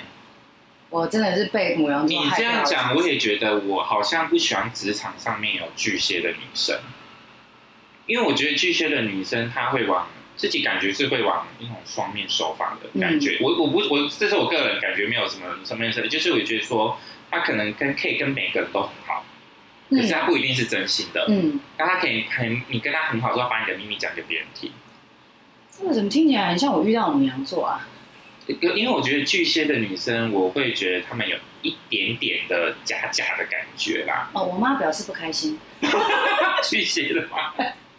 S2: 我真的是被母羊座
S1: 你
S2: 害
S1: 这
S2: 到
S1: 样
S2: 好几
S1: 讲，
S2: 次
S1: 我也觉得我好像不喜欢职场上面有巨蟹的女生，因为我觉得巨蟹的女生她会往自己感觉是会往一种双面手法的感
S2: 嗯
S1: 觉。我我不我这是我个人感觉，没有什么什么面就是我觉得说她可能跟可以跟每个人都很好，可是她不一定是真心的。
S2: 嗯，
S1: 那、她可以很你跟她很好之后，把你的秘密讲给别人听。
S2: 这个怎么听起来很像我遇到的母羊座啊？
S1: 因为我觉得巨蟹的女生，我会觉得她们有一点点的假假的感觉啦。
S2: 哦，我妈表示不开心。
S1: 巨蟹的话，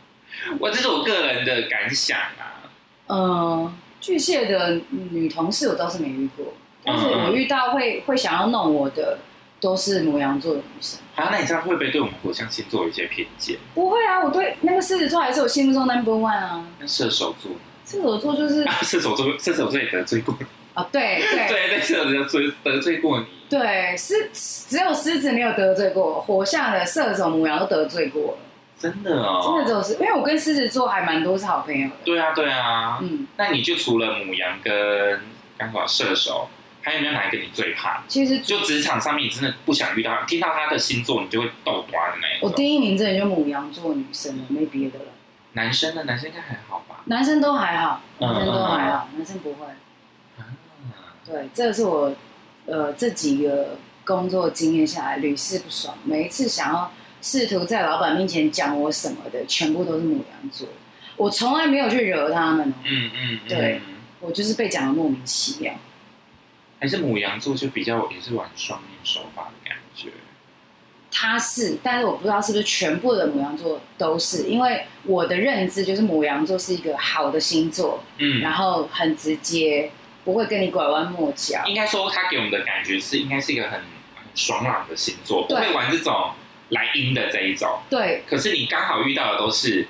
S1: 我这是我个人的感想啊。
S2: 嗯、巨蟹的女同事我倒是没遇过，但
S1: 嗯
S2: 是我遇到会会想要弄我的都是母羊座的女生。
S1: 啊，那你这样会不会对我们火象星座有一些偏见？
S2: 不会啊，我对那个狮子座还是我心目中 number one 啊。
S1: 那射手座 呢？
S2: 射手座就是
S1: 啊，射手座，射手座也得罪过你。
S2: 啊，对对
S1: 对对，射手座罪得罪过你。
S2: 对，狮只有狮子没有得罪过我，火象的射手、母羊都得罪过了，
S1: 真的
S2: 真的只
S1: 哦。
S2: 有狮，因为我跟狮子座还蛮多是好朋友的。
S1: 对啊，对啊。
S2: 嗯，
S1: 那你就除了母羊跟刚好射手，还有没有哪一个你最怕？
S2: 其实
S1: 就职场上面，你真的不想遇到，听到他的星座，你就会豆瓜的那一
S2: 我
S1: 种。
S2: 第一名真的就母羊座女生了，没别的了。
S1: 男生呢？男生应该还好吧？
S2: 男生都还好，
S1: 嗯
S2: 男生都还好，男生不会。
S1: 啊
S2: 对，这是我呃这几个工作经验下来屡试不爽，每一次想要试图在老板面前讲我什么的，全部都是母羊座。我从来没有去惹他们哦，
S1: 嗯嗯，嗯
S2: 对我就是被讲的莫名其妙。
S1: 还是母羊座就比较也是玩双面手法的感觉。
S2: 他是，但是我不知道是不是全部的母羊座都是，因为我的认知就是母羊座是一个好的星座，然
S1: 嗯，
S2: 后很直接，不会跟你拐弯抹角。
S1: 应该说他给我们的感觉是应该是一个很很爽朗的星座，不
S2: 对
S1: 会玩这种来阴的这一种。
S2: 对，
S1: 可是你刚好遇到的都是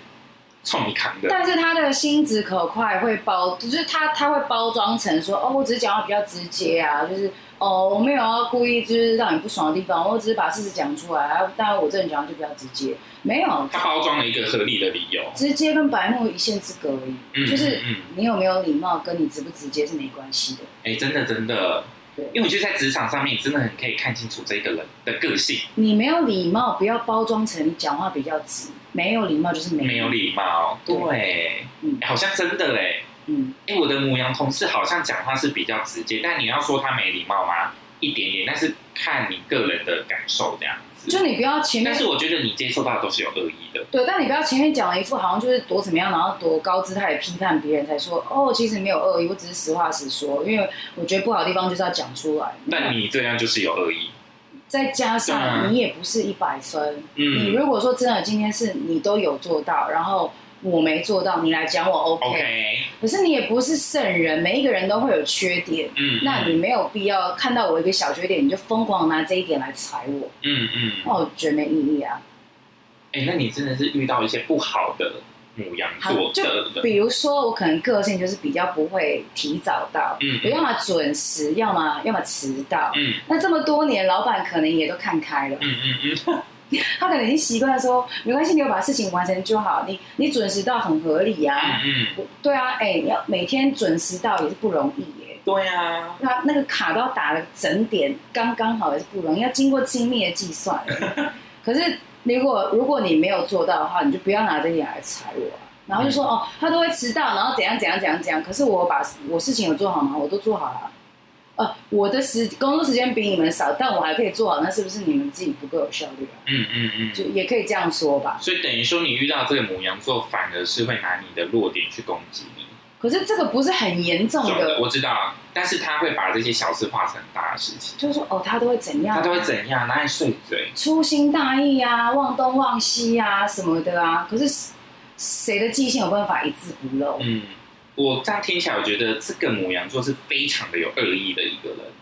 S1: 冲你扛的，
S2: 但是他的心直口快会包，就是他他会包装成说，哦，我只是讲话比较直接啊，就是哦，我没有要故意就是让你不爽的地方，我只是把事实讲出来，啊当然我这人讲话就比较直接，没有
S1: 他包装了一个合理的理由。
S2: 直接跟白目一线之隔而已，
S1: 嗯，
S2: 就是
S1: 嗯，
S2: 你有没有礼貌跟你直不直接是没关系的。
S1: 哎、真的真的
S2: 对，
S1: 因为我觉得在职场上面，你真的很可以看清楚这个人的个性，
S2: 你没有礼貌，不要包装成你讲话比较直，没有礼貌就是没
S1: 没有礼貌，
S2: 对
S1: 对，
S2: 嗯
S1: 好像真的哎。
S2: 嗯，
S1: 哎、我的母羊同事好像讲话是比较直接，但你要说他没礼貌吗？一点点，但是看你个人的感受这样子。
S2: 就你不要前面
S1: 但是我觉得你接受到的都是有恶意的，
S2: 对，但你不要前面讲了一副好像就是多怎么样，然后多高姿态地批判别人，才说哦，其实没有恶意，我只是实话实说，因为我觉得不好的地方就是要讲出来。
S1: 但你这样就是有恶意。
S2: 再加上
S1: 嗯
S2: 你也不是一百分，你
S1: 嗯
S2: 如果说真的今天是你都有做到，然后我没做到，你来讲我 OK，,
S1: ，OK，
S2: 可是你也不是圣人，每一个人都会有缺点。
S1: 嗯，
S2: 那你没有必要看到我一个小缺点，你就疯狂拿这一点来踩我，
S1: 嗯嗯，
S2: 那我觉得没意义啊。
S1: 哎、那你真的是遇到一些不好的母羊
S2: 好
S1: 座
S2: 就
S1: 的人，
S2: 比如说，我可能个性就是比较不会提早到，
S1: 嗯
S2: 我要么准时，要么要么迟到。
S1: 嗯
S2: 那这么多年，老板可能也都看开了
S1: 嗯，嗯嗯，
S2: 他可能已经习惯说，没关系，你有把事情完成就好，你你准时到很合理啊。
S1: 嗯嗯，
S2: 我对啊，哎、你要每天准时到也是不容易耶、
S1: 对啊，
S2: 那那个卡都要打的整点，刚刚好也是不容易，要经过精密的计 算耶。可是如果如果你没有做到的话，你就不要拿这一点来踩我啊。然后就说、
S1: 嗯
S2: 哦，他都会迟到，然后怎样怎样怎样怎样。可是我把我事情有做好吗？我都做好了。呃，我的时工作时间比你们少，但我还可以做好，那是不是你们自己不够有效率啊？
S1: 嗯嗯嗯。
S2: 就也可以这样说吧。
S1: 所以等于说，你遇到这个母羊座，反而是会拿你的弱点去攻击你。
S2: 可是这个不是很严重
S1: 懂的
S2: 的，
S1: 我知道，但是他会把这些小事化成大的事情。
S2: 就是说哦，他都会怎样、
S1: 他都会怎样？哪里碎嘴？
S2: 粗心大意啊，忘东忘西啊什么的啊。可是谁的记性有办法一字不漏？
S1: 嗯，我这样听起来，我觉得这个母羊座是非常的有恶意的一个人。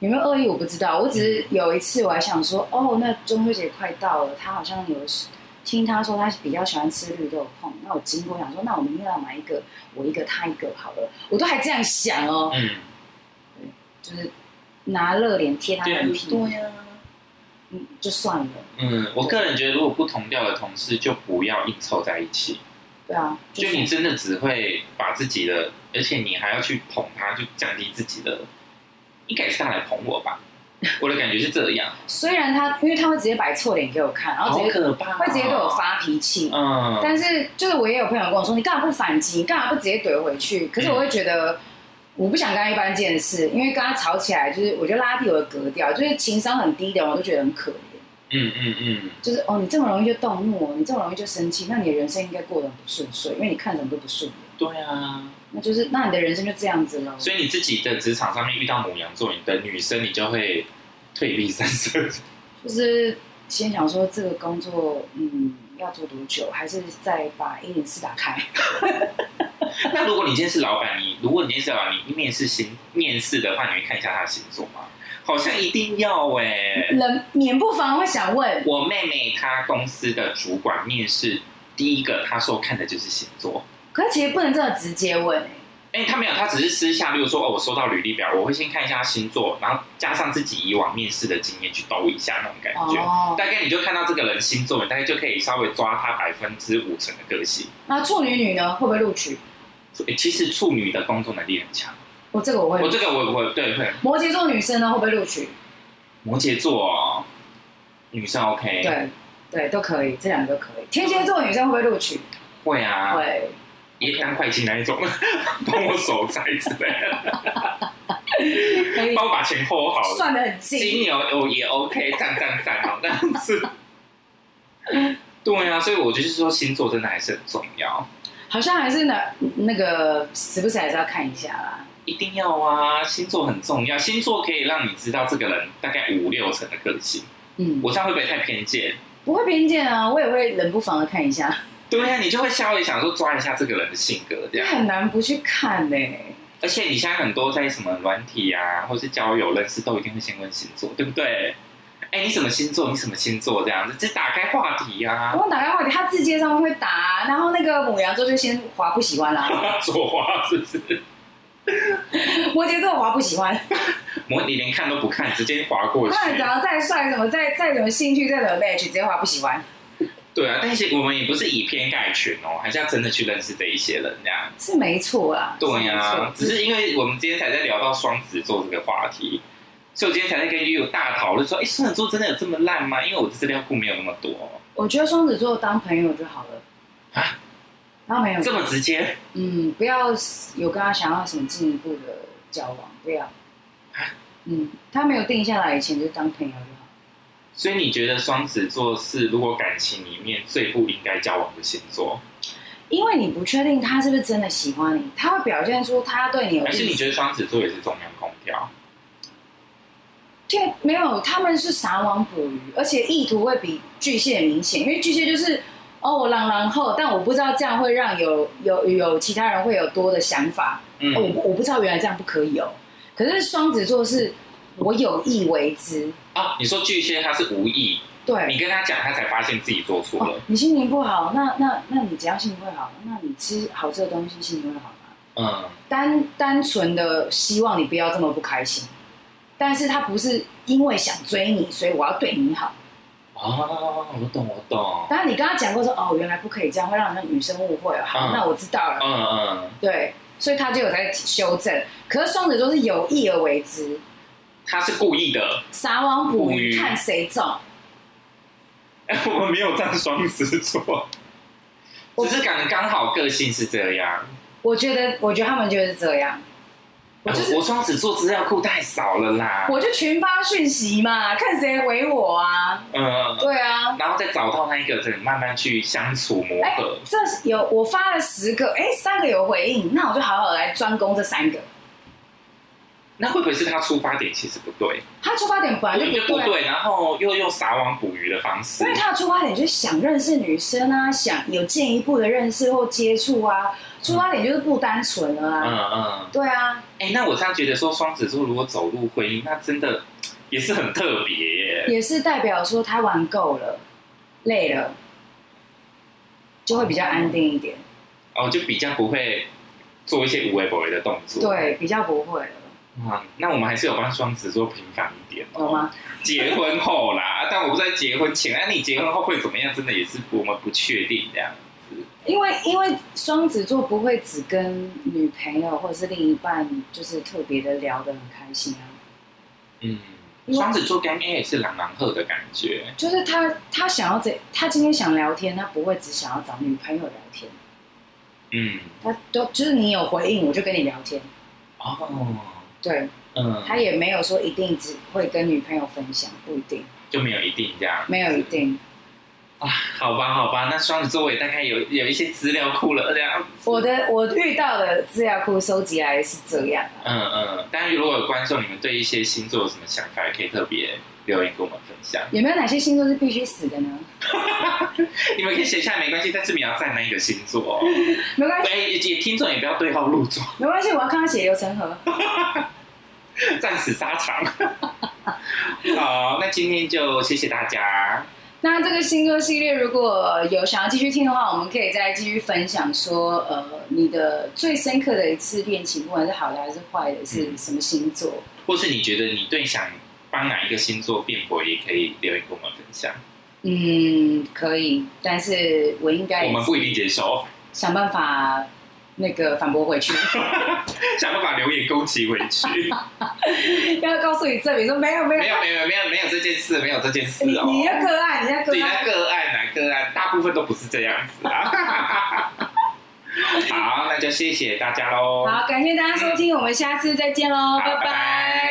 S2: 有没有恶意我不知道，我只
S1: 嗯
S2: 是有一次我还想说，哦，那中秋节快到了，他好像有听他说他比较喜欢吃绿豆椪，那我经过想说，那我明天要买一个，我一个他一个好了，我都还这样想哦，
S1: 嗯，
S2: 就是拿热脸贴他
S1: 对
S2: 们屁，
S1: 对啊呀、
S2: 嗯，就算了。
S1: 嗯，我个人觉得，如果不同调的同事就不要硬凑在一起。
S2: 对啊，
S1: 就你真的只会把自己的，而且你还要去捧他，就降低自己的，应该也是他来捧我吧？我的感觉是这样，
S2: 虽然他，因为他会直接摆错脸给我看，然后
S1: 好
S2: 直接
S1: 可怕、哦
S2: 会直接对我。发脾气，
S1: 嗯，
S2: 但是就是我也有朋友跟我说，你干嘛不反击？你干嘛不直接怼回去？可是我会觉得。我不想跟他一般见识，因为跟他吵起来，就是我觉得拉低我的格调，就是情商很低的人，我都觉得很可怜。
S1: 嗯嗯嗯，
S2: 就是哦，你这么容易就动怒、哦，你这么容易就生气，那你的人生应该过得很不顺遂，因为你看什么都不顺眼，
S1: 对啊。
S2: 那就是那你的人生就这样子喽。
S1: 所以你自己的职场上面遇到母羊座你的女生，你就会退避三舍。
S2: 就是先想说这个工作，嗯，要做多久，还是再把一零四打开。
S1: 那如果你今天是老板，你如果你今天是老板，你面试星面试的话，你会看一下他的星座吗？好像一定要哎、
S2: 人免不防会想问，
S1: 我妹妹她公司的主管面试，第一个她说看的就是星座。
S2: 可是其实不能这么直接问、欸
S1: 哎、她没有，她只是私下，例如说哦，我收到履历表，我会先看一下她星座，然后加上自己以往面试的经验去兜一下那种感觉。
S2: 哦，
S1: 大概你就看到这个人星座，你大概就可以稍微抓他百分之五成的个性。
S2: 那处女女呢会不会录取？
S1: 所以其实处女的工作能力很强，
S2: 我这个我会
S1: 我
S2: 录取。
S1: 这个我我对会
S2: 摩羯座女生呢会不会录取？
S1: 摩羯座、哦、女生 OK，，
S2: 对对都可以，这两个都可以。天蝎座女生会不会录取？
S1: 会啊，
S2: 会。
S1: 也当会计那一种， 帮我守财之类的，
S2: 可以
S1: 帮我把钱扣好了。
S2: 算得很
S1: 金
S2: 近。
S1: 牛哦也 OK，赞赞赞哦，但是，对啊，所以我就是说星座真的还是很重要，
S2: 好像还是那那个时不时还是要看一下啦。
S1: 一定要啊，星座很重要，星座可以让你知道这个人大概五六成的个性。
S2: 嗯，
S1: 我这样会不会太偏见？
S2: 不会偏见啊，我也会冷不防的看一 下，
S1: 对啊，你就会稍微想说抓一下这个人的性格这
S2: 因为
S1: 样。
S2: 很难不去看呢、
S1: 而且你现在很多在什么软体啊，或是交友认识，都一定会先问星座，对不对？哎，你什么星座？你什么星座？这样子，这打开话题啊
S2: 然，后打开话题，他字节上会打，然后那个母羊座就先划不喜欢 啦，
S1: 左滑是不是？
S2: 摩羯座划不喜欢，
S1: 我你连看都不看，直接划过去。
S2: 那你长得再帅，怎么再再怎么兴趣，再怎么 match，直接划不喜欢，
S1: 对啊，但是我们也不是以偏概全哦，还是要真的去认识这一些人这样。
S2: 是没错啦。
S1: 对啊呀、
S2: 是没错
S1: 只是因为我们今天才在聊到双子座这个话题，所以我今天才在跟悠悠大讨论说，哎，双子座真的有这么烂吗？因为我的资料库没有那么多，
S2: 我觉得双子座当朋友就好了，当朋友
S1: 啊这么直接，
S2: 嗯，不要有跟他想要什么进一步的交往，不要。
S1: 啊
S2: 嗯，他没有定下来以前就当朋友就好。
S1: 所以你觉得双子座是如果感情里面最不应该交往的星座，
S2: 因为你不确定他是不是真的喜欢你，他会表现出他对你有
S1: 还是
S2: 意
S1: 你
S2: 思。
S1: 觉得双子座也是中央空调？
S2: 对，没有，他们是撒网捕鱼，而且意图会比巨蟹明显，因为巨蟹就是哦，我朗朗后，但我不知道这样会让有有有其他人会有多的想法，哦、我
S1: 嗯
S2: 不我不知道原来这样不可以哦。可是双子座是我有意为之，
S1: 啊，你说巨蟹他是无意，
S2: 对，
S1: 你跟他讲他才发现自己做错
S2: 哦
S1: 了，，
S2: 你心情不好，那那那你只要心情会好，那你吃好吃的东西心情会好吗？哦
S1: 嗯。
S2: 单单纯的希望你不要这么不开心，但是他不是因为想追你，所以我要对你好。
S1: 哦，我懂，我懂。
S2: 当然你跟他讲过说，哦，原来不可以这样，会让那女生误会哦。好，
S1: 嗯
S2: 那我知道了。
S1: 嗯嗯，
S2: 对，所以他就有在修正。可是双子座是有意而为之，
S1: 他是故意的。
S2: 撒网捕
S1: 捕鱼
S2: 鱼，看谁中。
S1: 我们没有站双子座，
S2: 我
S1: 只是刚刚好个性是这样。
S2: 我觉得，我觉得他们就是这样。我就是
S1: 我双子座资料库太少了啦。
S2: 我就群发讯息嘛，看谁回我啊。
S1: 嗯，
S2: 对啊，
S1: 然后再找到那一个人，慢慢去相处磨
S2: 哎
S1: 合。
S2: 这是有我发了十个，哎、三个有回应，那我就好好来专攻这三个。
S1: 那会不会是他出发点其实不对？
S2: 他出发点本来就
S1: 就
S2: 不
S1: 不
S2: 对，啊
S1: 对，然后又用撒网捕鱼的方式
S2: 因。为他的出发点就是想认识女生啊，想有进一步的认识或接触啊，出发点就是不单纯了
S1: 嗯
S2: 啊。
S1: 嗯，
S2: 对啊，
S1: 哎，那我这样觉得说，双子座如果走入婚姻，那真的也是很特别耶。
S2: 也是代表说他玩够了，累了，就会比较安定一点，
S1: 哦，就比较不会做一些无为不为的动作。。
S2: 对，比较不会了，
S1: 啊，那我们还是有帮双子座平反一点
S2: 懂
S1: 哦。
S2: 吗？
S1: 结婚后啊啦，但我不知道结婚前，那、你结婚后会怎么样，真的也是我们不确定这样。
S2: 因为因为双子座不会只跟女朋友或者是另一半就是特别的聊得很开心啊，
S1: 嗯，
S2: 因为
S1: 双子座干面也是朗朗赫的感觉，
S2: 就是他他想要这他今天想聊天，他不会只想要找女朋友聊天，
S1: 嗯，
S2: 他都就是你有回应我就跟你聊天，
S1: 哦，
S2: 对
S1: 嗯，
S2: 他也没有说一定只会跟女朋友分享，不一定，
S1: 就没有一定这样，
S2: 没有一定。
S1: 好吧，好吧，那双子座我也大概有有一些资料库了，这样。
S2: 我的我遇到的资料库收集来是这样啊，
S1: 嗯嗯，当然如果有观众你们对一些星座有什么想法，也可以特别留言跟我们分享。
S2: 有没有哪些星座是必须死的呢？
S1: 你们可以写下来没关系，但是你们要站那一个星座哦。
S2: 没关系，
S1: 哎，也也听众也不要对号入座，
S2: 没关系，我要看他血流成河。
S1: 战死沙场。 好，那今天就谢谢大家。
S2: 那这个星座系列如果有想要继续听的话，我们可以再继续分享说，呃，你的最深刻的一次恋情，不管是好的还是坏的，是什么星座？
S1: 或是你觉得你对想帮哪一个星座辩驳，也可以留言跟我们分享，
S2: 嗯，可以，但是我应该
S1: 我
S2: 也
S1: 们不一定接受，
S2: 想办法那个反驳回 去，
S1: 想办法留言攻击回去。
S2: 要告诉你证明说没有没有，
S1: 没有没有没有没有这件事，没有这件事
S2: 你
S1: 哦。
S2: 你要个案，你要个
S1: 对，那
S2: 案，
S1: 个案啊，个案，大部分都不是这样子啊。 好，那就谢谢大家喽。
S2: 好，感谢大家收听，我们下次再见喽，
S1: 好拜拜
S2: 拜拜